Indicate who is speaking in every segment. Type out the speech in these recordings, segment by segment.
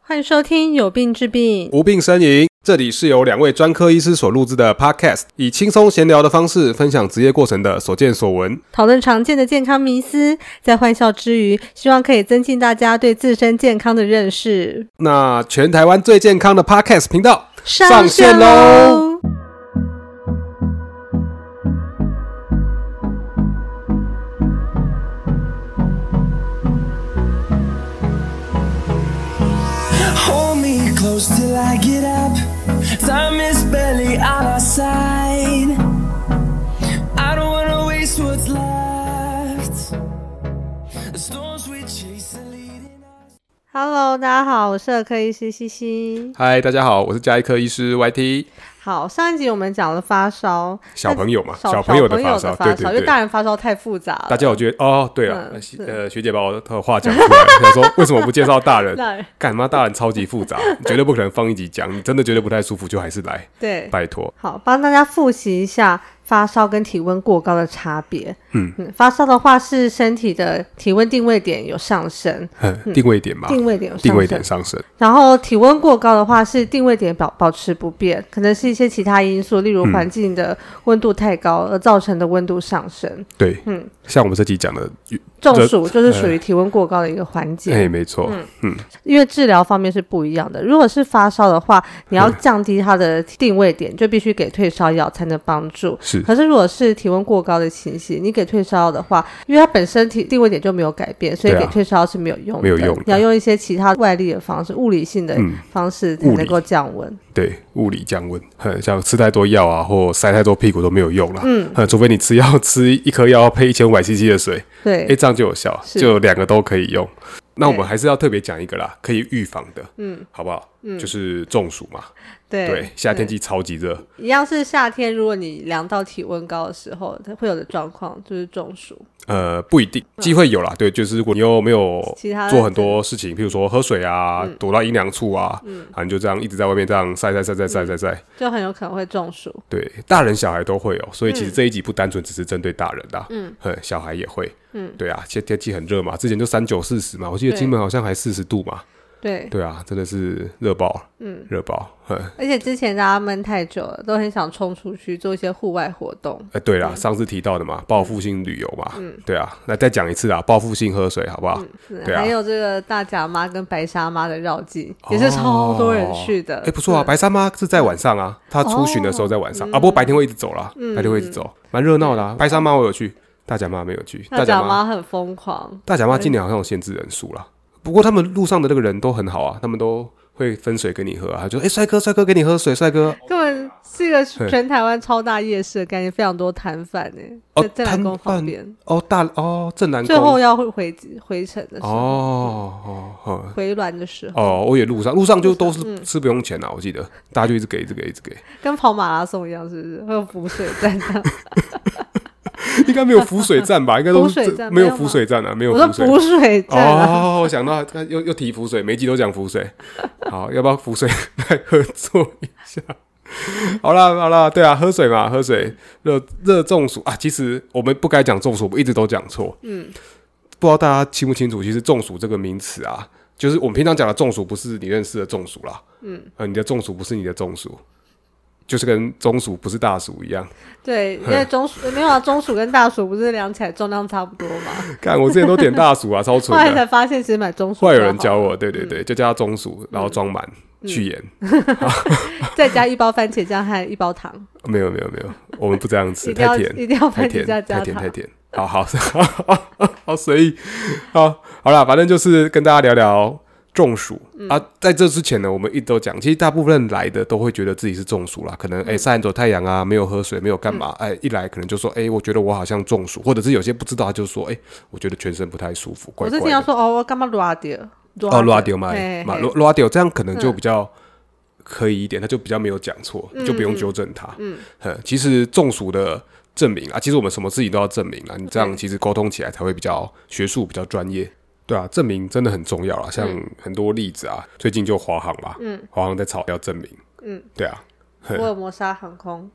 Speaker 1: 欢迎收听《有病治病》，
Speaker 2: 无病呻吟。这里是由两位专科医师所录制的 Podcast，以轻松闲聊的方式分享职业过程的所见所闻。
Speaker 1: 讨论常见的健康迷思，在欢笑之余，希望可以增进大家对自身健康的认识。
Speaker 2: 那全台湾最健康的 Podcast 频道，
Speaker 1: 上
Speaker 2: 线
Speaker 1: 线喽
Speaker 2: 喽！
Speaker 3: Hold me close till I get up. Time is barely on our side. I don't wanna waste what's left. The storms we chase are leading us.
Speaker 1: Hello，大家好，我是儿科医师西西。
Speaker 2: 嗨，大家好，我是加医科医师 YT。
Speaker 1: 好，上一集我们讲了发烧，
Speaker 2: 小朋友嘛
Speaker 1: 小
Speaker 2: 小朋友的
Speaker 1: 小
Speaker 2: 发烧对对
Speaker 1: 因为
Speaker 2: 对
Speaker 1: 大人发烧太复杂了。
Speaker 2: 大家有觉得哦？对了，
Speaker 1: 嗯
Speaker 2: 呃西呃，学姐把我的话讲出来，她说为什么不介绍 大人
Speaker 1: 大人？
Speaker 2: 干嘛大人超级复 杂，绝对不可能放一集讲。你真的觉得不太舒服，就还是来，
Speaker 1: 对，
Speaker 2: 拜托。
Speaker 1: 好，帮大家复习一下发烧跟体温过高的差别。嗯发烧的话是身体的体温定位点有上升，
Speaker 2: 哼定位点嘛，
Speaker 1: 嗯定位点有上升
Speaker 2: 啊定位点上升。
Speaker 1: 然后体温过高的话是定位点保保持不变，可能是一些其他因素，例如
Speaker 2: 嗯
Speaker 1: 环境的温度太高而造成的温度上升。
Speaker 2: 对，嗯，像我们这集讲的，
Speaker 1: 中
Speaker 2: 这
Speaker 1: 暑就是属于体温过高的一个环节。
Speaker 2: 哎，没错，嗯，
Speaker 1: 因为治疗方面是不一样的。如果是发烧的话，你
Speaker 2: 嗯
Speaker 1: 要降低它的定位点，就必须给退烧药才能帮助。
Speaker 2: 是
Speaker 1: 可是如果是体温过高的情形，你给退烧药的话，因为它本身体定位点就没有改变，所以
Speaker 2: 对啊
Speaker 1: 给退烧药是没有用的。
Speaker 2: 没有用的
Speaker 1: 你要用一些其他外力的方式，物理性的
Speaker 2: 嗯
Speaker 1: 方式才能够降温。
Speaker 2: 对，物理降温， 哼，像吃太多药啊，或塞太多屁股都没有用啦。嗯， 除非你吃药吃一颗药配一千五百 CC 的水，
Speaker 1: 对，
Speaker 2: 哎，这样就有效，
Speaker 1: 是
Speaker 2: 就两个都可以用。那我们还是要特别讲一个啦，可以预防的，嗯，好不好？嗯，就是中暑嘛，
Speaker 1: 对
Speaker 2: 对，夏天气超级热，
Speaker 1: 一样是夏天，如果你量到体温高的时候，它会有的状况就是中暑。
Speaker 2: 呃，不一定，机会有啦。对，就是如果你又没有
Speaker 1: 嗯其他的嗯
Speaker 2: 做很多事情，譬如说喝水啊，躲到阴凉处啊，啊，你就这样一直在外面这样晒晒晒晒晒
Speaker 1: 嗯
Speaker 2: 晒晒。
Speaker 1: 就很有可能会中暑，
Speaker 2: 对，大人小孩都会哦，所以其
Speaker 1: 嗯
Speaker 2: 实这一集不单纯只是针对大人啦，嗯，小孩也会，嗯，对啊，现在天气很热嘛，之前就三九四十嘛，我记得
Speaker 1: 对
Speaker 2: 金门好像还四十度嘛，
Speaker 1: 对，
Speaker 2: 对啊，真的是热爆，嗯，热爆，哼，
Speaker 1: 而且之前大家闷太久了，都很想冲出去做一些户外活动。
Speaker 2: 呃，对啦，上次提到的嘛，报复性旅游嘛，对啊，那再讲一次啊，报复性喝水好不好？
Speaker 1: 嗯是
Speaker 2: 对啊
Speaker 1: 还有这个大甲妈跟白沙妈的绕境，也是超多人去的。嗯
Speaker 2: 哎、诶不错啊，白沙妈是在晚上啊，她出巡的时候在晚上、
Speaker 1: 哦
Speaker 2: 啊，不过白天会一直走啦，白天会一直走，蛮热闹的、啊。白沙妈我有去，大甲妈没有去，
Speaker 1: 大
Speaker 2: 甲
Speaker 1: 甲
Speaker 2: 妈
Speaker 1: 妈很疯狂，
Speaker 2: 大甲妈今年好像有限制人数啦，不过他们路上的那个人都很好啊，他们都会分水给你喝啊，就哎帅、哥帅哥给你喝水，帅哥
Speaker 1: 根本是一个
Speaker 2: 对
Speaker 1: 全台湾超大夜市的概念，非常多摊贩呢，
Speaker 2: 哦
Speaker 1: 在正南宫
Speaker 2: 摊贩
Speaker 1: 旁边。
Speaker 2: 哦大哦正南宫
Speaker 1: 最后要回回程的时
Speaker 2: 哦
Speaker 1: 候，
Speaker 2: 哦哦
Speaker 1: 回銮的时候，
Speaker 2: 哦，我也路上路上就都是、
Speaker 1: 嗯
Speaker 2: 是不用钱啊，我记得大家就一直给一直给一直给，
Speaker 1: 跟跑马拉松一样，是不是会有补水站这样？
Speaker 2: 应该没有浮水 站吧？应该都是
Speaker 1: 浮水站
Speaker 2: 没
Speaker 1: 没
Speaker 2: 有
Speaker 1: 有
Speaker 2: 浮
Speaker 1: 吗
Speaker 2: 水站啊， 没有
Speaker 1: 我说
Speaker 2: 浮水
Speaker 1: 补水站 啊，
Speaker 2: 哦，我想到他又又提浮水，每一集都讲浮水。 好，要不要浮水来合作一下？ 好啦好啦，对啊，喝水嘛，喝水。热热中暑啊，其实我们不该讲中暑，我们一直都讲错。嗯，不知道大家清不清楚，其实中暑这个名词啊，就是我们平常讲的中暑，不是你认识的中暑啦。嗯，呃，你的中暑不是你的中暑。就是跟中暑不是大暑一样，
Speaker 1: 对，因为中暑没有啊，中暑跟大暑不是量起来重量差不多嘛？
Speaker 2: 看我之前都点大暑啊，超
Speaker 1: 后
Speaker 2: 蠢
Speaker 1: 来
Speaker 2: 的
Speaker 1: 才。发现，其实买中暑
Speaker 2: 后来有人
Speaker 1: 比较
Speaker 2: 教
Speaker 1: 好，
Speaker 2: 我，对对对，就叫它中暑，然后装满去盐，
Speaker 1: 再加一包番茄酱和一包糖，
Speaker 2: 没有没有没有，我们不这样吃，
Speaker 1: 一定要
Speaker 2: 太甜，
Speaker 1: 一定要
Speaker 2: 太
Speaker 1: 番
Speaker 2: 甜，
Speaker 1: 茄酱加
Speaker 2: 太甜，
Speaker 1: 糖
Speaker 2: 太甜。好好好随意，好好啦，反正就是跟大家聊聊中暑、啊。在这之前呢，我们一直都讲，其实大部分来的都会觉得自己是中暑啦，可能哎、晒很久太阳啊，没有喝水，没有干嘛，哎、一来可能就说哎、我觉得我好像中暑，或者是有些不知道他就说哎、我觉得全身不太舒服，怪
Speaker 1: 我
Speaker 2: 怪
Speaker 1: 是听
Speaker 2: 的
Speaker 1: 到。说哦，我干嘛拉掉？
Speaker 2: 哦，
Speaker 1: 拉
Speaker 2: 拉丢嘛
Speaker 1: 嘿，
Speaker 2: 嘛
Speaker 1: 嘿嗯
Speaker 2: 拉拉丢，这样可能就比较可以一点，他就比较没有讲错，就不用纠正他。嗯，其实中暑的证明啊，其实我们什么事情都要证明啊，你这样其实沟通起来才会比较学术、比较专业。对啊，证明真的很重要啦。像
Speaker 1: 嗯
Speaker 2: 很多例子啊，最近就华航嘛，嗯，华航在吵要证明，嗯，对啊，
Speaker 1: 福尔摩沙航空，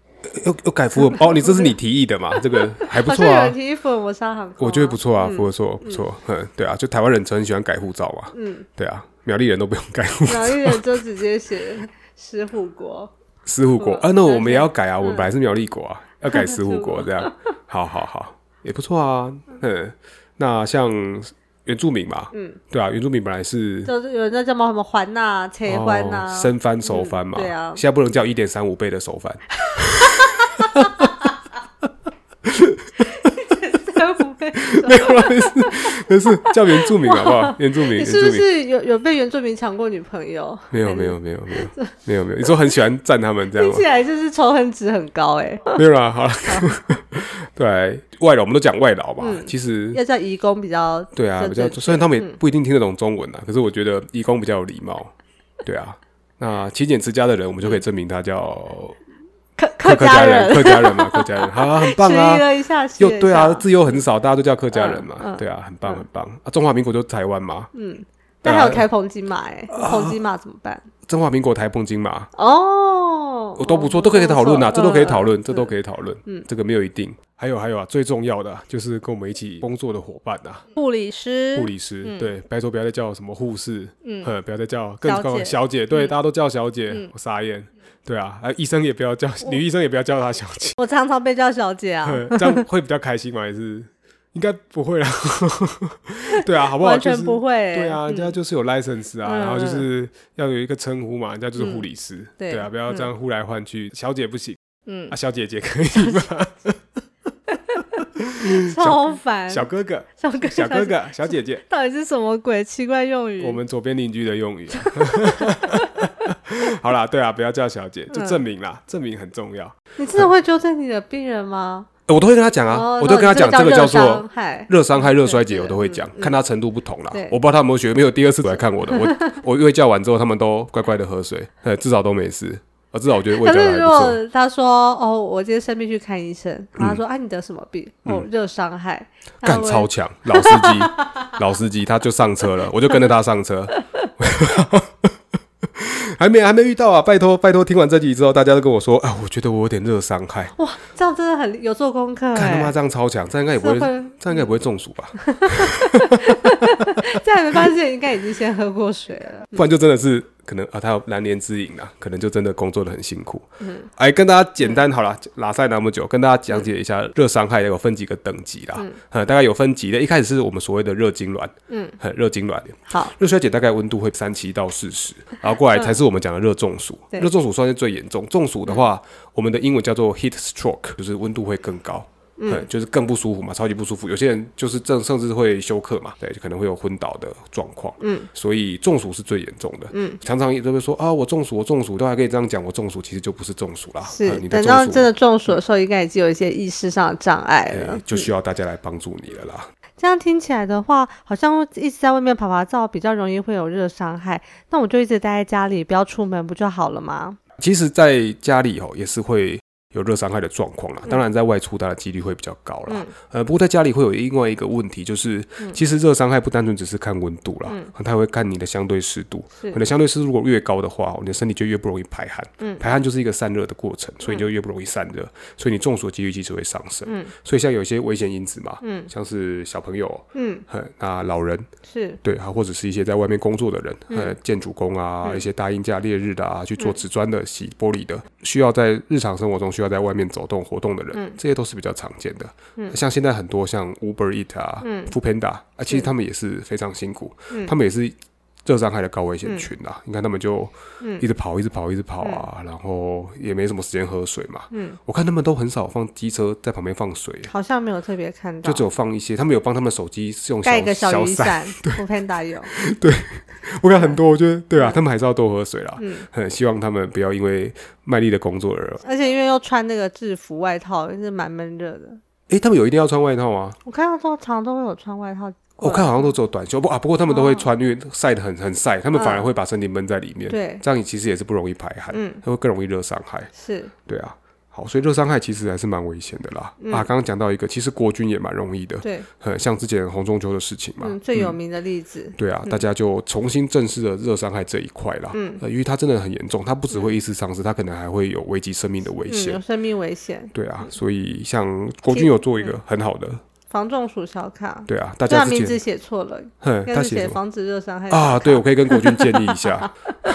Speaker 2: 又又改福尔摩哦，你这是你提议的嘛？这个还不
Speaker 1: 好
Speaker 2: 错
Speaker 1: 像有
Speaker 2: 啊
Speaker 1: 人，提福尔摩沙航空啊，
Speaker 2: 我觉得不错啊，不错不错，嗯，对啊，就台湾人很喜欢改护照嘛，嗯，对啊，苗栗人都不用盖护
Speaker 1: 苗栗人就直接写石虎国，
Speaker 2: 石虎国
Speaker 1: 嗯
Speaker 2: 啊，那我
Speaker 1: 了
Speaker 2: 们
Speaker 1: 解
Speaker 2: 也要改啊，我们本来是苗栗国 啊，要改石虎国
Speaker 1: 石虎国
Speaker 2: 这样，好好好，也不错啊，嗯，那像原住民嘛，嗯，对啊，原住民本来是
Speaker 1: 就是有人在叫什么环呐、切环呐、
Speaker 2: 哦生番熟番嘛，
Speaker 1: 啊嗯对啊
Speaker 2: 现在不能叫一点三五倍的熟番，
Speaker 1: 三五倍。
Speaker 2: 没有啦，没事没事，叫原住民好 不好？原住民，
Speaker 1: 你
Speaker 2: 原
Speaker 1: 是
Speaker 2: 住
Speaker 1: 不
Speaker 2: 民，
Speaker 1: 是有有被原住民抢过女朋友？
Speaker 2: 没有没有没有 没有没有没有，你说很喜欢赞他们这样
Speaker 1: 听
Speaker 2: 吗
Speaker 1: 起？来就是仇恨值很高哎、
Speaker 2: 没有啦，好了， 对外劳我们都讲外劳吧，
Speaker 1: 嗯
Speaker 2: 其实
Speaker 1: 要叫移工比较
Speaker 2: 对啊，比较
Speaker 1: 正确
Speaker 2: 虽然他们也不一定听得懂中文啊，可是我觉得义工比较有礼貌，对啊。那勤俭持家的人，我们就可以证明他叫
Speaker 1: 客
Speaker 2: 客
Speaker 1: 客
Speaker 2: 家
Speaker 1: 家
Speaker 2: 人，
Speaker 1: 人，
Speaker 2: 客家人嘛，客家人，好、啊，很棒
Speaker 1: 迟疑
Speaker 2: 啊，
Speaker 1: 了一下，迟疑
Speaker 2: 又
Speaker 1: 了一
Speaker 2: 对
Speaker 1: 下
Speaker 2: 啊，字又很少，大家都叫客家人嘛，
Speaker 1: 嗯嗯嗯
Speaker 2: 对啊，很棒，很棒啊。中华民国就是台湾嘛，啊
Speaker 1: 但还有台澎金马哎、澎金马怎么办？
Speaker 2: 中华民国台澎金马，
Speaker 1: 哦，
Speaker 2: 我都不错，都可以讨论啊，
Speaker 1: 不
Speaker 2: 这
Speaker 1: 错
Speaker 2: 都可以讨
Speaker 1: 嗯
Speaker 2: 论，这都可以讨论，嗯，这个没有一定。还有还有啊，最重要的啊就是跟我们一起工作的伙伴啊，
Speaker 1: 嗯护理师，
Speaker 2: 护理师，对，拜托不要再叫我什么护士，嗯，不要再叫更
Speaker 1: 小
Speaker 2: 高
Speaker 1: 姐嗯
Speaker 2: 小姐，对，大家都叫小姐，我傻眼，对啊，啊，医生也不要叫女医生也不要叫她小姐，
Speaker 1: 我常常被叫小姐 啊，
Speaker 2: 嗯这样会比较开心吗？还是应该不会啦， 对啊，好不好？
Speaker 1: 完
Speaker 2: 就
Speaker 1: 全
Speaker 2: 是
Speaker 1: 不会欸、
Speaker 2: 对啊，人家就是有 license 啊，
Speaker 1: 嗯
Speaker 2: 然后就是要有一个称呼嘛，人家就是护理师，
Speaker 1: 对
Speaker 2: 对啊，不要这样呼来唤去，小姐不行
Speaker 1: 嗯，
Speaker 2: 啊，小姐姐可以吗？
Speaker 1: 嗯，超烦，
Speaker 2: 小哥哥，
Speaker 1: 小哥
Speaker 2: 小哥哥，小姐姐，
Speaker 1: 到底是什么鬼奇怪用语？
Speaker 2: 我们左边邻居的 用语啊。好啦，对啊，不要叫小姐，就证明啦，证明很重要。
Speaker 1: 你真的会纠正你的病人吗？
Speaker 2: 我都会跟他讲啊
Speaker 1: 哦，，
Speaker 2: 我都跟他讲这个叫
Speaker 1: 热伤
Speaker 2: 做
Speaker 1: 害
Speaker 2: 热伤害、热衰竭，
Speaker 1: 对嗯
Speaker 2: 我都会讲，看他程度不同啦
Speaker 1: 对。
Speaker 2: 我不知道他有没有学，没有第二次来看 我的，我我因为叫完之后，他们都乖乖的喝水，呃，至少都没事。呃，至少我觉得胃
Speaker 1: 可
Speaker 2: 教的还
Speaker 1: 是如
Speaker 2: 不错。
Speaker 1: 果他说哦，我今天生病去看医生，然后他说、啊，你得什么病？哦，热伤害，
Speaker 2: 嗯干
Speaker 1: 那我
Speaker 2: 超强，老司机，老司机，他就上车了，我就跟着他上车。 还没还没遇到啊！拜托拜托，听完这集之后，大家都跟我说啊，我觉得我有点热伤害。
Speaker 1: 哇，这样真的很有做功课
Speaker 2: 看他妈
Speaker 1: 哎、
Speaker 2: 这样超强，这样应该也不会，
Speaker 1: 是
Speaker 2: 这
Speaker 1: 会
Speaker 2: 样应该也不会中暑吧？
Speaker 1: 在你们发现应该已经先喝过水 了。
Speaker 2: 不然就真的是可能啊，他有蓝莲之瘾啊，可能就真的工作的很辛苦。嗯，哎，跟大家简单好了，拉塞那么久，跟大家讲解一下热伤害有分几个等级啦。嗯，大概有分级的，一开始是我们所谓的热痉挛，嗯，热痉挛，
Speaker 1: 好，
Speaker 2: 热衰竭大概温度会三七到四十，然后过来才是我们讲的热中暑。
Speaker 1: 嗯对嗯
Speaker 2: 热中暑算是最严重，中暑的话，我们的英文叫做 heat stroke，就是温度会更高。嗯，就是更不舒服嘛，超级不舒服。有些人就是正甚至会休克嘛，对，就可能会有昏倒的状况。嗯，所以中暑是最严重的。嗯，常常也都会说啊，我中暑，我中暑，都还可以这样讲，我中暑其实就不是中暑啦，呃
Speaker 1: 是
Speaker 2: 你的
Speaker 1: 等
Speaker 2: 中
Speaker 1: 到
Speaker 2: 暑
Speaker 1: 真的中暑的时候，应该已经有一些意识上的障碍了
Speaker 2: 哎。就需要大家来帮助你了啦。
Speaker 1: 这样听起来的话，好像一直在外面爬爬照比较容易会有热伤害。那我就一直待在家里，不要出门，不就好了吗？
Speaker 2: 其实，在家里哦，也是会有热伤害的状况啦。
Speaker 1: 嗯
Speaker 2: 当然，在外出当然几率会比较高啦。呃，不过在家里会有另外一个问题，就是、其实热伤害不单纯只是看温度啦，它会看你的相对湿度。
Speaker 1: 嗯是
Speaker 2: 你的相对湿度如果越高的话，你的身体就越不容易排汗。
Speaker 1: 嗯
Speaker 2: 排汗就是一个散热的过程，所以你就越不容易散热，所以你中暑的几率其实会上升。
Speaker 1: 嗯
Speaker 2: 所以像有一些危险因子嘛，像是小朋友，
Speaker 1: 嗯，
Speaker 2: 那老人，
Speaker 1: 是
Speaker 2: 对啊，或者是一些在外面工作的人，呃，建筑工啊，一些大阴架烈日的啊，去做瓷砖的、洗玻璃的，需要在日常生活中需要在外面走动活动的人，这些都是比较常见的。像现在很多像 Uber Eat 啊、嗯、Foodpanda 嗯啊，其实他们也是非常辛苦，他们也是热伤害的高危险群啊。你看他们就一直跑，一直跑，一直跑啊，然后也没什么时间喝水嘛。嗯，我看他们都很少放机车在旁边放水。
Speaker 1: 好像没有特别看到
Speaker 2: 就，只有放一些，他们有帮他们手机用
Speaker 1: 盖一个
Speaker 2: 小
Speaker 1: 小雨
Speaker 2: 伞，
Speaker 1: 伞，我看大有。
Speaker 2: 我看很多，我觉得对啊，他们还是要多喝水啦。
Speaker 1: 嗯
Speaker 2: 很希望他们不要因为卖力的工作而……
Speaker 1: 而且因为又穿那个制服外套，也是蛮闷热的。
Speaker 2: 诶，他们有一定要穿外套吗？
Speaker 1: 我看到都常常都会有穿外套，
Speaker 2: 我看好像都只有短袖，不啊，不过他们都会穿，因为晒得很很晒，他们反而会把身体闷在里面。
Speaker 1: 嗯对
Speaker 2: 这样你其实也是不容易排汗，嗯，会更容易热伤害。
Speaker 1: 是
Speaker 2: 对啊，好，所以热伤害其实还是蛮危险的啦。啊，刚刚讲到一个，其实国军也蛮容易的，
Speaker 1: 嗯对，
Speaker 2: 很像之前红中秋的事情嘛，
Speaker 1: 嗯，最有名的例子。
Speaker 2: 对啊，大家就重新正视了热伤害这一块啦。嗯，因为它真的很严重，它不只会意识丧失，它可能还会有危及生命的危
Speaker 1: 嗯，
Speaker 2: 险嗯
Speaker 1: 有。生命危险，
Speaker 2: 对啊，所以像国军有做一个很好的
Speaker 1: 防中暑小卡，
Speaker 2: 对啊，大
Speaker 1: 对
Speaker 2: 家
Speaker 1: 啊，
Speaker 2: 自
Speaker 1: 名字
Speaker 2: 己
Speaker 1: 写错了，应
Speaker 2: 哼，
Speaker 1: 该
Speaker 2: 他
Speaker 1: 是写
Speaker 2: 什么
Speaker 1: 防止热伤害小
Speaker 2: 啊？
Speaker 1: 卡
Speaker 2: 对，我可以跟国军建议一下。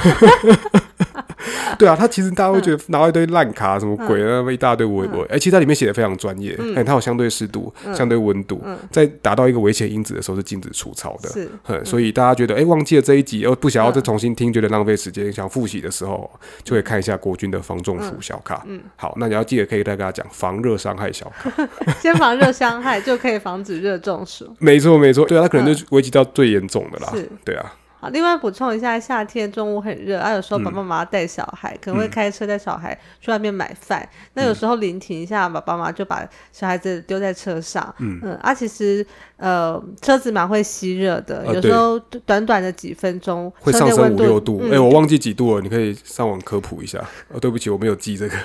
Speaker 2: 对啊，他其实大家会觉得拿到一堆烂卡什么鬼，那么一大堆微博，哎，其实它里面写的非常专业，哎，它有相对湿度、相对温度，在达到一个危险因子的时候嗯是禁止除草的。
Speaker 1: 是
Speaker 2: 嗯，所以大家觉得哎、诶忘记了这一集，又不想要再重新听，觉得浪费时间，想复习的时候，就会看一下国军的防中暑小卡。嗯，好，那你要记得可以再跟他讲防热伤害小卡。
Speaker 1: 先防热伤害就可以防止热中暑。
Speaker 2: 没错，没错，对啊，他可能就危及到最严重的啦。
Speaker 1: 嗯是
Speaker 2: 对啊，
Speaker 1: 好，另外补充一下，夏天中午很热，啊，有时候爸爸
Speaker 2: 嗯
Speaker 1: 妈妈带小孩，可能会开车带小孩去外面买饭。那
Speaker 2: 嗯
Speaker 1: 有时候临停一下，爸爸妈妈就把小孩子丢在车上。嗯啊，其实呃，车子蛮会吸热的，
Speaker 2: 呃
Speaker 1: 有
Speaker 2: 对
Speaker 1: 时候短短的几分钟，
Speaker 2: 会
Speaker 1: 车
Speaker 2: 上
Speaker 1: 内
Speaker 2: 升
Speaker 1: 温
Speaker 2: 五
Speaker 1: 度
Speaker 2: 六度。哎、
Speaker 1: 嗯
Speaker 2: 我忘记几度了，你可以上网科普一下。哦，对不起，我没有记这个。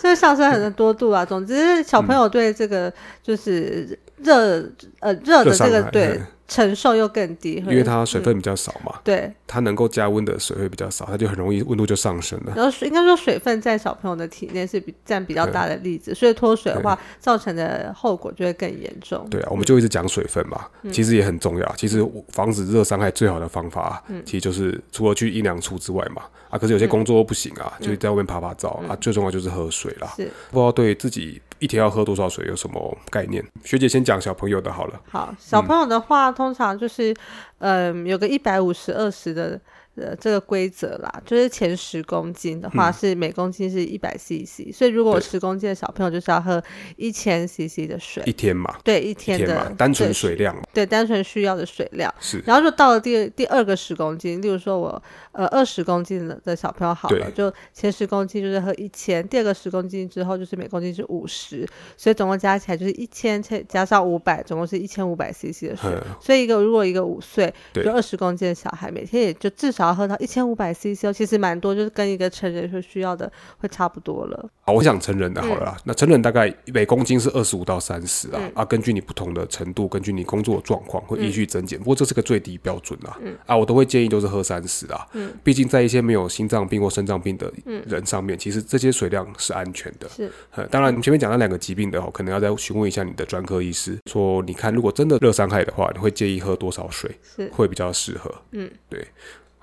Speaker 1: 这上升很多度啊。总之，小
Speaker 2: 嗯
Speaker 1: 朋友对这个就是热呃热的这
Speaker 2: 热
Speaker 1: 个
Speaker 2: 伤害
Speaker 1: 对
Speaker 2: 嗯
Speaker 1: 承受又更低，
Speaker 2: 因为它水分比较少嘛，
Speaker 1: 对，
Speaker 2: 它能够加温的水会比较少，它就很容易温度就上升了。
Speaker 1: 然后水应该说水分在小朋友的体内是比占比较大的例子，所以脱水的话造成的后果就会更严重。
Speaker 2: 对啊，我们就一直讲水分嘛，
Speaker 1: 嗯
Speaker 2: 其实也很重要。其实我防止热伤害最好的方法啊，
Speaker 1: 嗯
Speaker 2: 其实就是除了去阴凉处之外嘛，啊，可是有些工作不行啊，就是在外面爬爬照啊，最重要就是喝水啦。
Speaker 1: 嗯是
Speaker 2: 不知道对自己一天要喝多少水有什么概念？学姐先讲小朋友的好了，
Speaker 1: 好，小
Speaker 2: 嗯
Speaker 1: 朋友的话，通常就是，嗯，有个一百五十二十的呃这个规则啦，就是前十公斤的话是每公斤是一百 CC，所以如果有
Speaker 2: 嗯对
Speaker 1: 十公斤的小朋友就是要喝一千 CC 的水
Speaker 2: 一，天嘛，
Speaker 1: 对，一
Speaker 2: 一
Speaker 1: 天
Speaker 2: 天
Speaker 1: 的
Speaker 2: 嘛，单纯
Speaker 1: 对
Speaker 2: 水量嘛
Speaker 1: 对单纯需要的水量。
Speaker 2: 是
Speaker 1: 然后就到了第第二个十公斤，例如说我呃二十公斤的的小朋友好了，
Speaker 2: 对
Speaker 1: 就前十公斤就是喝一千，第二个十公斤之后就是每公斤是五十，所以总共加起来就是一千，加上五百，总共是一千五百 CC 的水。
Speaker 2: 嗯
Speaker 1: 所以一个如果一个五岁
Speaker 2: 对
Speaker 1: 就二十公斤的小孩，每天也就至少要喝到一千五百 CC 哦，其实蛮多，就是跟一个成人所需要的会差不多了。
Speaker 2: 好，我想成人
Speaker 1: 嗯
Speaker 2: 的好了啦。那成人大概每公斤是二十五到三十啊，
Speaker 1: 嗯
Speaker 2: 啊，根据你不同的程度，根据你工作状况会依序增减。不过这是个最低标准啦，
Speaker 1: 嗯
Speaker 2: 啊，我都会建议都是喝三十啊。毕竟在一些没有心脏病或肾脏病的人上面，其实这些水量是安全的。
Speaker 1: 嗯是
Speaker 2: 呃，当然，你前面讲那两个疾病的哦，可能要再询问一下你的专科医师，说你看如果真的热伤害的话，你会建议喝多少水
Speaker 1: 是，
Speaker 2: 会比较适合？嗯，对。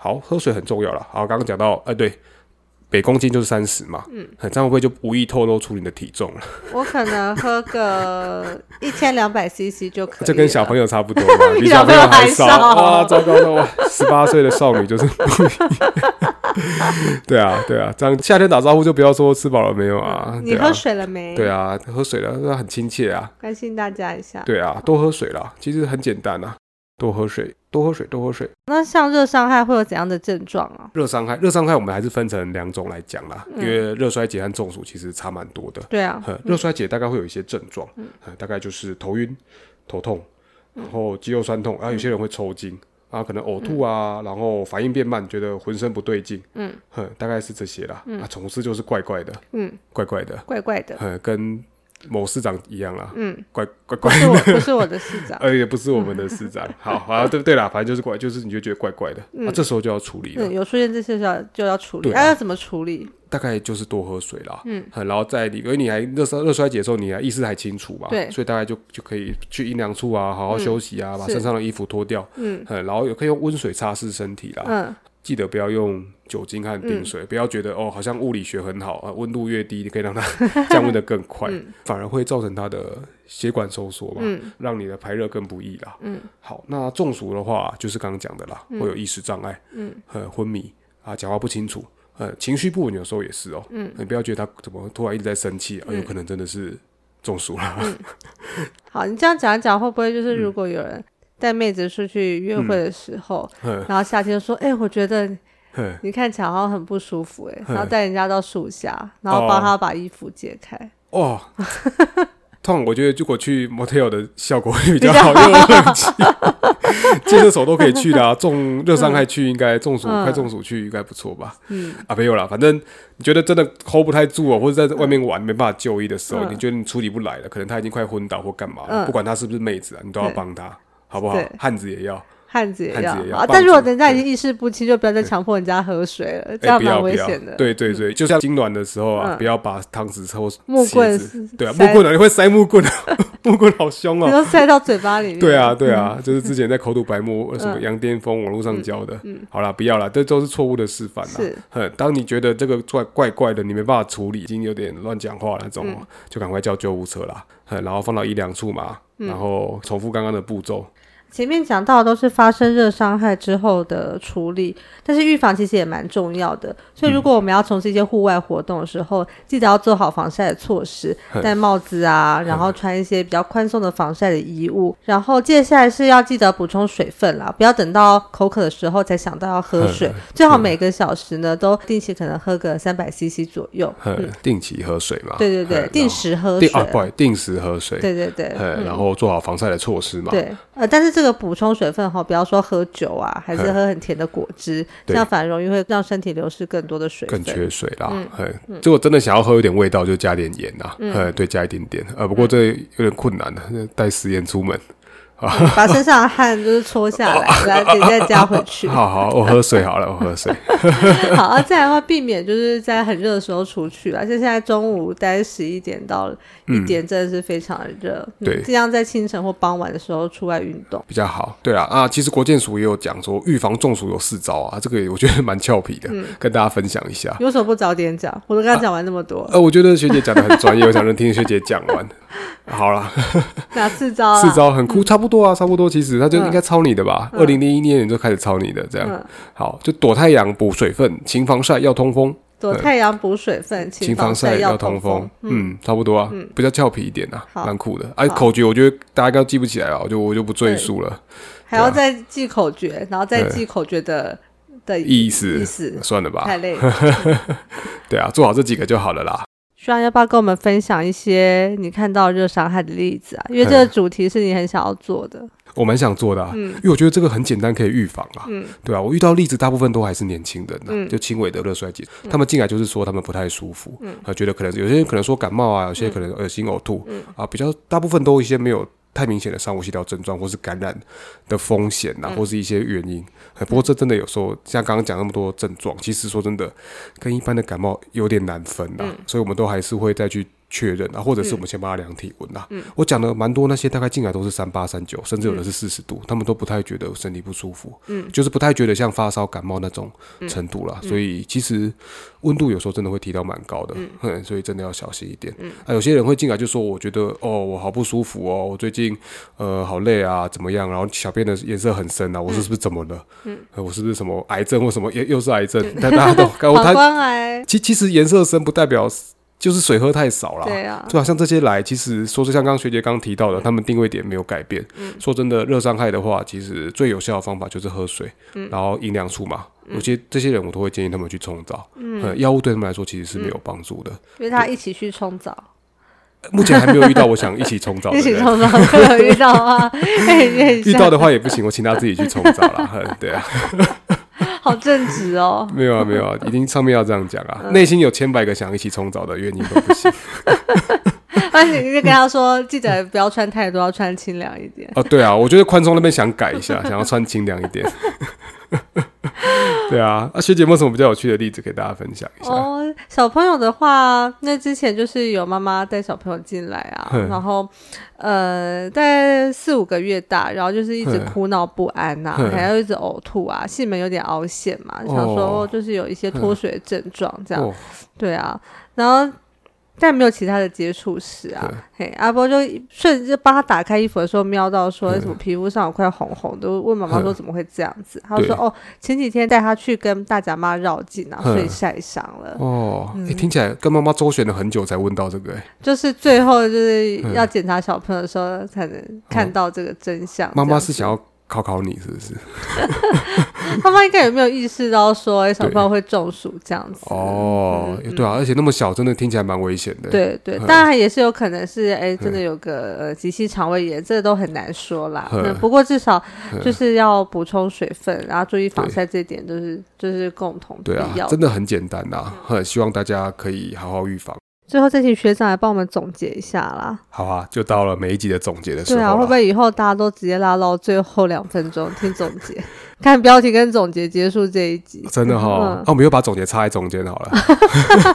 Speaker 2: 好，喝水很重要了。好，刚刚讲到，哎、对，北公斤就是三十嘛，嗯，这样会不会就无意透露出你的体重了？
Speaker 1: 我可能喝个一千两百 CC 就可以了。
Speaker 2: 这跟小朋友差不多嘛，
Speaker 1: 比
Speaker 2: 比小
Speaker 1: 小
Speaker 2: 朋
Speaker 1: 朋友
Speaker 2: 友还
Speaker 1: 还
Speaker 2: 少
Speaker 1: 少
Speaker 2: 哇！糟糕了，哇，十八岁的少女就是不一样。 对啊，对啊，这样夏天打招呼就不要说吃饱了没有啊，
Speaker 1: 嗯你
Speaker 2: 对啊
Speaker 1: 喝，水了没？
Speaker 2: 对啊，喝水了，那很亲切啊。
Speaker 1: 关心大家一下。
Speaker 2: 对啊，多喝水啦，其实很简单啊，多喝水，多喝水，多喝水。
Speaker 1: 那像热伤害会有怎样的症状啊？
Speaker 2: 热伤害，热伤害我们还是分成两种来讲啦，
Speaker 1: 嗯
Speaker 2: 因为热衰竭和中暑其实差蛮多的。
Speaker 1: 对啊，
Speaker 2: 呃热衰竭大概会有一些症状，
Speaker 1: 嗯
Speaker 2: 呃大概就是头晕、头痛，然后肌肉酸痛，然后有些人会抽筋，啊，可能呕吐啊，然后反应变慢，觉得浑身不对劲，嗯，大概是这些啦。
Speaker 1: 嗯
Speaker 2: 啊，总之就是怪怪的，嗯，怪怪的，
Speaker 1: 怪怪的，
Speaker 2: 呃，跟某市长一样啦，嗯，怪怪
Speaker 1: 不
Speaker 2: 怪
Speaker 1: 是
Speaker 2: 的
Speaker 1: 我，不是我的市长。
Speaker 2: 呃，也不是我们的市长。好啊，对对啦，反正就是怪，就是你就觉得怪怪的，啊，这时候就要处理
Speaker 1: 嗯
Speaker 2: 了
Speaker 1: 嗯，。有出现这些就要就要处理，
Speaker 2: 对啊
Speaker 1: 啊，要怎么处理？
Speaker 2: 大概就是多喝水啦，嗯，然后在你因为你还热衰热衰竭的时候，你还意识还清楚嘛，
Speaker 1: 对
Speaker 2: 所以大概就就可以去阴凉处啊，好好休息啊，把
Speaker 1: 是
Speaker 2: 身上的衣服脱掉，嗯，然后也可以用温水擦拭身体啦，
Speaker 1: 嗯，
Speaker 2: 记得不要用酒精和冰水，不要觉得哦，好像物理学很好啊，温度越低，你可以让它 降温的更快，反而会造成它的血管收缩嘛，让你的排热更不易啦。嗯，好，那中暑的话，就是刚刚讲的啦，会有意识障碍，嗯，呃，昏迷啊，讲话不清楚，呃，情绪不稳，有时候也是哦，嗯，你不要觉得他怎么突然一直在生气啊，有可能真的是中暑了。
Speaker 1: 好，你这样讲一讲，会不会就是如果有人带妹子出去约会的时候，
Speaker 2: 嗯
Speaker 1: 然后夏天说，哎，我觉得
Speaker 2: 嘿
Speaker 1: 你看起来好像很不舒服，哎，
Speaker 2: 嗯
Speaker 1: 然后带人家到树下，然后帮他把衣服解开，
Speaker 2: 哦，通常我觉得如果去 motel 的效果会比较好，因为有冷气，健身手都可以去的啊。中热伤害去应该中暑，
Speaker 1: 嗯
Speaker 2: 快中暑去应该不错吧？
Speaker 1: 嗯，
Speaker 2: 啊，没有啦，反正你觉得真的 hold 不太住哦，或者在外面玩没办法就医的时候，
Speaker 1: 嗯
Speaker 2: 你觉得你处理不来了，可能他已经快昏倒或干嘛
Speaker 1: 嗯
Speaker 2: 了，不管他是不是妹子啊，你都要
Speaker 1: 对
Speaker 2: 帮他，好不好
Speaker 1: 对？
Speaker 2: 汉子也要。
Speaker 1: 汉子也
Speaker 2: 汉子
Speaker 1: 要
Speaker 2: 也要
Speaker 1: 啊
Speaker 2: 棒
Speaker 1: 但如果
Speaker 2: 子
Speaker 1: 人家已
Speaker 2: 对
Speaker 1: 经意识不清，就不要再强迫人家喝水了，这
Speaker 2: 哎，
Speaker 1: 样
Speaker 2: 不要
Speaker 1: 蛮
Speaker 2: 不
Speaker 1: 危
Speaker 2: 要
Speaker 1: 险的。，
Speaker 2: 对对对，就像痉挛的时候啊，
Speaker 1: 嗯
Speaker 2: 不要把汤匙抽
Speaker 1: 木棍是
Speaker 2: 对啊，木
Speaker 1: 塞
Speaker 2: 棍啊，你会塞木棍啊， 木棍好凶
Speaker 1: 你
Speaker 2: 哦。
Speaker 1: 都塞到嘴巴里面。
Speaker 2: 对啊，对啊，就是之前在口吐白沫，什
Speaker 1: 嗯
Speaker 2: 么杨巅峰网络上教的。好啦，不要啦，这都是错误的示范啦
Speaker 1: 是。
Speaker 2: 哼，当你觉得这个怪怪怪的，你没办法处理，已经有点乱讲话了那
Speaker 1: 嗯
Speaker 2: 种，就赶快叫救护车啦。哼，然后放到阴凉处嘛，
Speaker 1: 嗯
Speaker 2: 然后重复刚刚的步骤。
Speaker 1: 前面讲到的都是发生热伤害之后的处理，但是预防其实也蛮重要的。所
Speaker 2: 嗯
Speaker 1: 以如果我们要从事一些户外活动的时候，记得要做好防晒的措 施，戴帽子
Speaker 2: 嗯
Speaker 1: 啊，然后穿一些比较宽松的防晒的衣物。然后接下来是要记得补充水分啦，不要等到口渴的时候才想到要喝水
Speaker 2: 嗯，
Speaker 1: 最好每个小时呢都定期可能喝个三百 CC 左右。
Speaker 2: 哼，定期喝水嘛。
Speaker 1: 嗯对对对，
Speaker 2: 哼
Speaker 1: 定
Speaker 2: 然后
Speaker 1: 时喝
Speaker 2: 嗯定
Speaker 1: 水。
Speaker 2: 啊，不好意思，定时喝水。
Speaker 1: 对对对，嗯
Speaker 2: 呃，然后做好防晒的措施嘛。
Speaker 1: 对，呃，但是这个补充水分哈，不要说喝酒啊，还是
Speaker 2: 嗯
Speaker 1: 喝很甜的果汁，这
Speaker 2: 对
Speaker 1: 样反而容易会让身体流失更多的水分。
Speaker 2: 更缺水啦，嘿，
Speaker 1: 嗯
Speaker 2: 如果真的想要喝有点味道，就加点盐啦，呃，对，加一点点，呃，不
Speaker 1: 嗯
Speaker 2: 过这有点困难的，带食盐出门。
Speaker 1: 把身上的汗就是搓下来，然后自己再加回去。
Speaker 2: 好好，我喝水好了，我喝水。
Speaker 1: 好，啊，再来的话，避免就是在很热的时候出去啦。像现在中午大概十一点到一点，真的是非常的热。嗯
Speaker 2: 嗯对
Speaker 1: 尽量在清晨或傍晚的时候出外运动。
Speaker 2: 比较好。对啊，啊，其实国健署也有讲说，预防中暑有四招啊，这个也我觉得蛮俏皮的，跟大家分享一下。
Speaker 1: 你为什么不早点讲？我都刚刚讲完那么多，
Speaker 2: 呃，我觉得学姐讲的很专业，我想能听学姐讲完。好啦，
Speaker 1: 哪四招啊？
Speaker 2: 四招很酷，差不多啊，差不多。其实他就应该抄你的吧。二零零一年就开始抄你的，这样好，就躲太阳、补水分、勤防晒、要通风。
Speaker 1: 躲太阳、补水分、
Speaker 2: 勤嗯防晒
Speaker 1: 晒
Speaker 2: 要通
Speaker 1: 通
Speaker 2: 风，嗯，差不多啊，比较俏皮一点啊，
Speaker 1: 好
Speaker 2: 蛮酷的。哎，口诀我觉得大家应该记不起来啊了，我就我就不赘述了，
Speaker 1: 还要
Speaker 2: 啊
Speaker 1: 再记口诀，然后再记口诀的的
Speaker 2: 意思
Speaker 1: 意思，
Speaker 2: 算了吧，
Speaker 1: 太累 了。
Speaker 2: 对啊，做好这几个就好了啦。
Speaker 1: 希望要不要跟我们分享一些你看到热伤害的例子啊？因为这个主题是你很想要做的，
Speaker 2: 我蛮想做的、啊，因为我觉得这个很简单，可以预防啊，对啊，我遇到例子大部分都还是年轻人、啊，就轻微的热衰竭，他们进来就是说他们不太舒服，啊，觉得可能有些人可能说感冒啊，有些可能恶心呕吐，啊，比较大部分都一些没有。太明显的上呼吸道症状，或是感染的风险呐、啊，或是一些原因。呃不过这真的有时候，像刚刚讲那么多症状，其实说真的，跟一般的感冒有点难分呐、所以我们都还是会再去确认啊，或者是我们先帮他量体温呐、我讲的蛮多，那些大概进来都是三八、三九，甚至有的是四十度，他们都不太觉得身体不舒服，嗯，就是不太觉得像发烧、感冒那种程度啦。所以其实温度有时候真的会提到蛮高的，嗯，所以真的要小心一点。啊，有些人会进来就说，我觉得哦，我好不舒服哦，我最近呃好累啊，怎么样？然后小便的颜色很深啊，我是不是怎么了？嗯，我是不是什么癌症或什么？又又是癌症？但大家 都，
Speaker 1: 膀
Speaker 2: 哦他
Speaker 1: 胱癌。
Speaker 2: 其其实颜色深不代表就是水喝太少啦。
Speaker 1: 对啊嗯
Speaker 2: 就好像这些来，其实说是像刚刚学姐刚提到的，他们定位点没有改变。说真的，热伤害的话，其实最有效的方法就是喝水，
Speaker 1: 嗯
Speaker 2: 然后阴凉处嘛。有些这些人，我都会建议他们去冲澡。嗯，药物对他们来说其实是没
Speaker 1: 嗯
Speaker 2: 有帮助的。
Speaker 1: 因为他一起去冲澡，
Speaker 2: 目前还没有遇到我想一起冲澡的
Speaker 1: 一起
Speaker 2: 人。
Speaker 1: 冲澡会有遇到 吗？哎，你很
Speaker 2: 哦遇到
Speaker 1: 像
Speaker 2: 的话也不行，我请他自己去冲澡啦。 嗯对啊，
Speaker 1: 好正直哦。
Speaker 2: 没有啊，没有啊，一定上面要这样讲
Speaker 1: 嗯
Speaker 2: 啊。内心有千百个想一起冲澡的原因都不行。
Speaker 1: 而且你就跟他说，记得不要穿太多，要穿清凉一点。
Speaker 2: 哦，对啊，我觉得宽松那边想改一下，想要穿清凉一点。 对啊，啊，学姐有没有什么比较有趣的例子给大家分享一下？
Speaker 1: 哦，小朋友的话，那之前就是有妈妈带小朋友进来啊
Speaker 2: 嗯，
Speaker 1: 然后呃，大概四五个月大，然后就是一直
Speaker 2: 嗯
Speaker 1: 哭闹不安呐、
Speaker 2: 嗯
Speaker 1: 还要一直呕吐啊，囟门有点凹陷嘛，想说
Speaker 2: 哦
Speaker 1: 就是有一些脱水的症状这样，
Speaker 2: 哦，
Speaker 1: 对啊，然后。但没有其他的接触史啊
Speaker 2: 嗯，
Speaker 1: 嘿，阿波就顺着帮他打开衣服的时候，瞄到说哎什么皮肤上有块红红的，问妈妈说
Speaker 2: 嗯
Speaker 1: 怎么会这样子？他就说
Speaker 2: 对
Speaker 1: 哦，前几天带他去跟大甲妈绕境啊，
Speaker 2: 嗯
Speaker 1: 所以晒伤了。
Speaker 2: 哦，
Speaker 1: 嗯
Speaker 2: 诶听起来跟妈妈周旋了很久才问到这个、诶
Speaker 1: 就是最后就是
Speaker 2: 嗯
Speaker 1: 要检查小朋友的时候，才能看到这个真相。
Speaker 2: 妈
Speaker 1: 这
Speaker 2: 妈
Speaker 1: 样子
Speaker 2: 是想要考考你是不是？
Speaker 1: 妈妈应该有没有意识到说，哎，小朋友会中暑这样子？
Speaker 2: 哦，对啊，而且那么小，真的听起来蛮危险的、
Speaker 1: 嗯对对，当然也是有可能是哎，真的有个呃急性肠胃炎，这个都很难说啦。
Speaker 2: 嗯
Speaker 1: 那不过至少就是要补充水分，然后注意防晒，这一点就是就是共同必
Speaker 2: 对啊
Speaker 1: 要，嗯
Speaker 2: 啊真。的很简单呐、很希望大家可以好好预防。
Speaker 1: 最后这期学长来帮我们总结一下啦。
Speaker 2: 好啊，就到了每一集的总结的时候
Speaker 1: 对
Speaker 2: 了。
Speaker 1: 啊，会不会以后大家都直接拉到最后两分钟听总结， 看标题跟总结结束这一集？
Speaker 2: 真的哈、哦，那、
Speaker 1: 嗯
Speaker 2: 我们又把总结插在中间好了，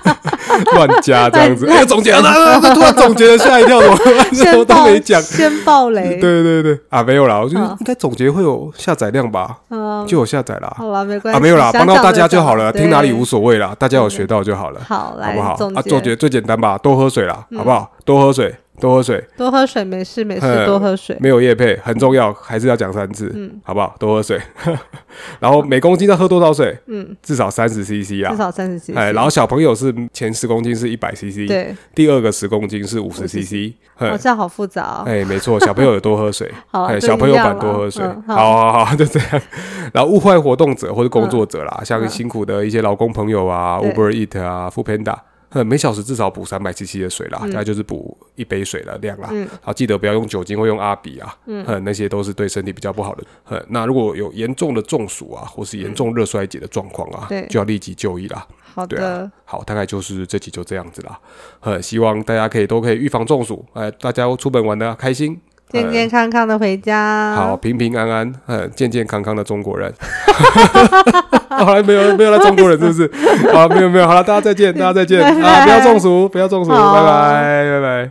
Speaker 2: 乱加这样子。
Speaker 1: 乱
Speaker 2: 哎、总结了，啊突然总结了，吓一跳， 我什么
Speaker 1: 先
Speaker 2: 都
Speaker 1: 爆
Speaker 2: 没讲。
Speaker 1: 先爆
Speaker 2: 对
Speaker 1: 雷。
Speaker 2: 对对，啊，没有啦，我觉得
Speaker 1: 嗯
Speaker 2: 应该总结会有下载量吧，
Speaker 1: 嗯，
Speaker 2: 就有下载啦。
Speaker 1: 好啦，没关系，
Speaker 2: 啊，没有啦，
Speaker 1: 想
Speaker 2: 帮到
Speaker 1: 讲
Speaker 2: 大
Speaker 1: 的
Speaker 2: 家就
Speaker 1: 讲
Speaker 2: 好了，
Speaker 1: 对
Speaker 2: 听哪里无所谓啦，大家有学到就好了，
Speaker 1: 好，
Speaker 2: 好
Speaker 1: 来
Speaker 2: 不好？
Speaker 1: 总嗯
Speaker 2: 啊，总结最简单吧，多喝水啦，好不好？多喝水，多喝水，
Speaker 1: 多喝水，没事没事，
Speaker 2: 嗯
Speaker 1: 多喝水。嗯
Speaker 2: 没有叶配很重要，还是要讲三次，好不好？多喝水， 然后每公斤要喝多少水？嗯，至少三十 CC
Speaker 1: 至
Speaker 2: 啊。
Speaker 1: 少三十几。
Speaker 2: 哎，然后小朋友是前十公斤是一百 CC，
Speaker 1: 对，
Speaker 2: 第二个十公斤是五十 CC，
Speaker 1: 好
Speaker 2: 哼
Speaker 1: 像好复杂哦。
Speaker 2: 哎，没错，小朋友有多喝水
Speaker 1: ，好啊
Speaker 2: 哎，
Speaker 1: 就
Speaker 2: 小朋友
Speaker 1: 一样
Speaker 2: 版多
Speaker 1: 啦
Speaker 2: 喝水，
Speaker 1: 嗯好
Speaker 2: 好好 好，就这样。然后物坏活动者或者工作者啦，
Speaker 1: 嗯
Speaker 2: 像辛苦的一些劳工朋友啊
Speaker 1: 对
Speaker 2: ，Uber Eat 啊，Food Panda。呃每小时至少补三百 CC 的水啦，
Speaker 1: 嗯
Speaker 2: 大概就是补一杯水的量啦。好，记得不要用酒精或用阿比啊，嗯，那些都是对身体比较不好的。呃那如果有严重的中暑啊，或是严重热衰竭的状况
Speaker 1: 嗯
Speaker 2: 啊，
Speaker 1: 对
Speaker 2: 就要立即就医啦。
Speaker 1: 好
Speaker 2: 对啊
Speaker 1: 的，，
Speaker 2: 好，大概就是这集就这样子啦。呃，希望大家可以都可以预防中暑，呃，大家出门玩的开心，呃
Speaker 1: 健健康康的回家。
Speaker 2: 哎好，，平平安安，呃，健健康康的中国人。 好了，没有没有了，中国人是不是？好，没有没有，好了，大家再见，大家再见
Speaker 1: 拜拜
Speaker 2: 啊！不要中暑，不要中暑，
Speaker 1: 好
Speaker 2: 拜拜拜拜。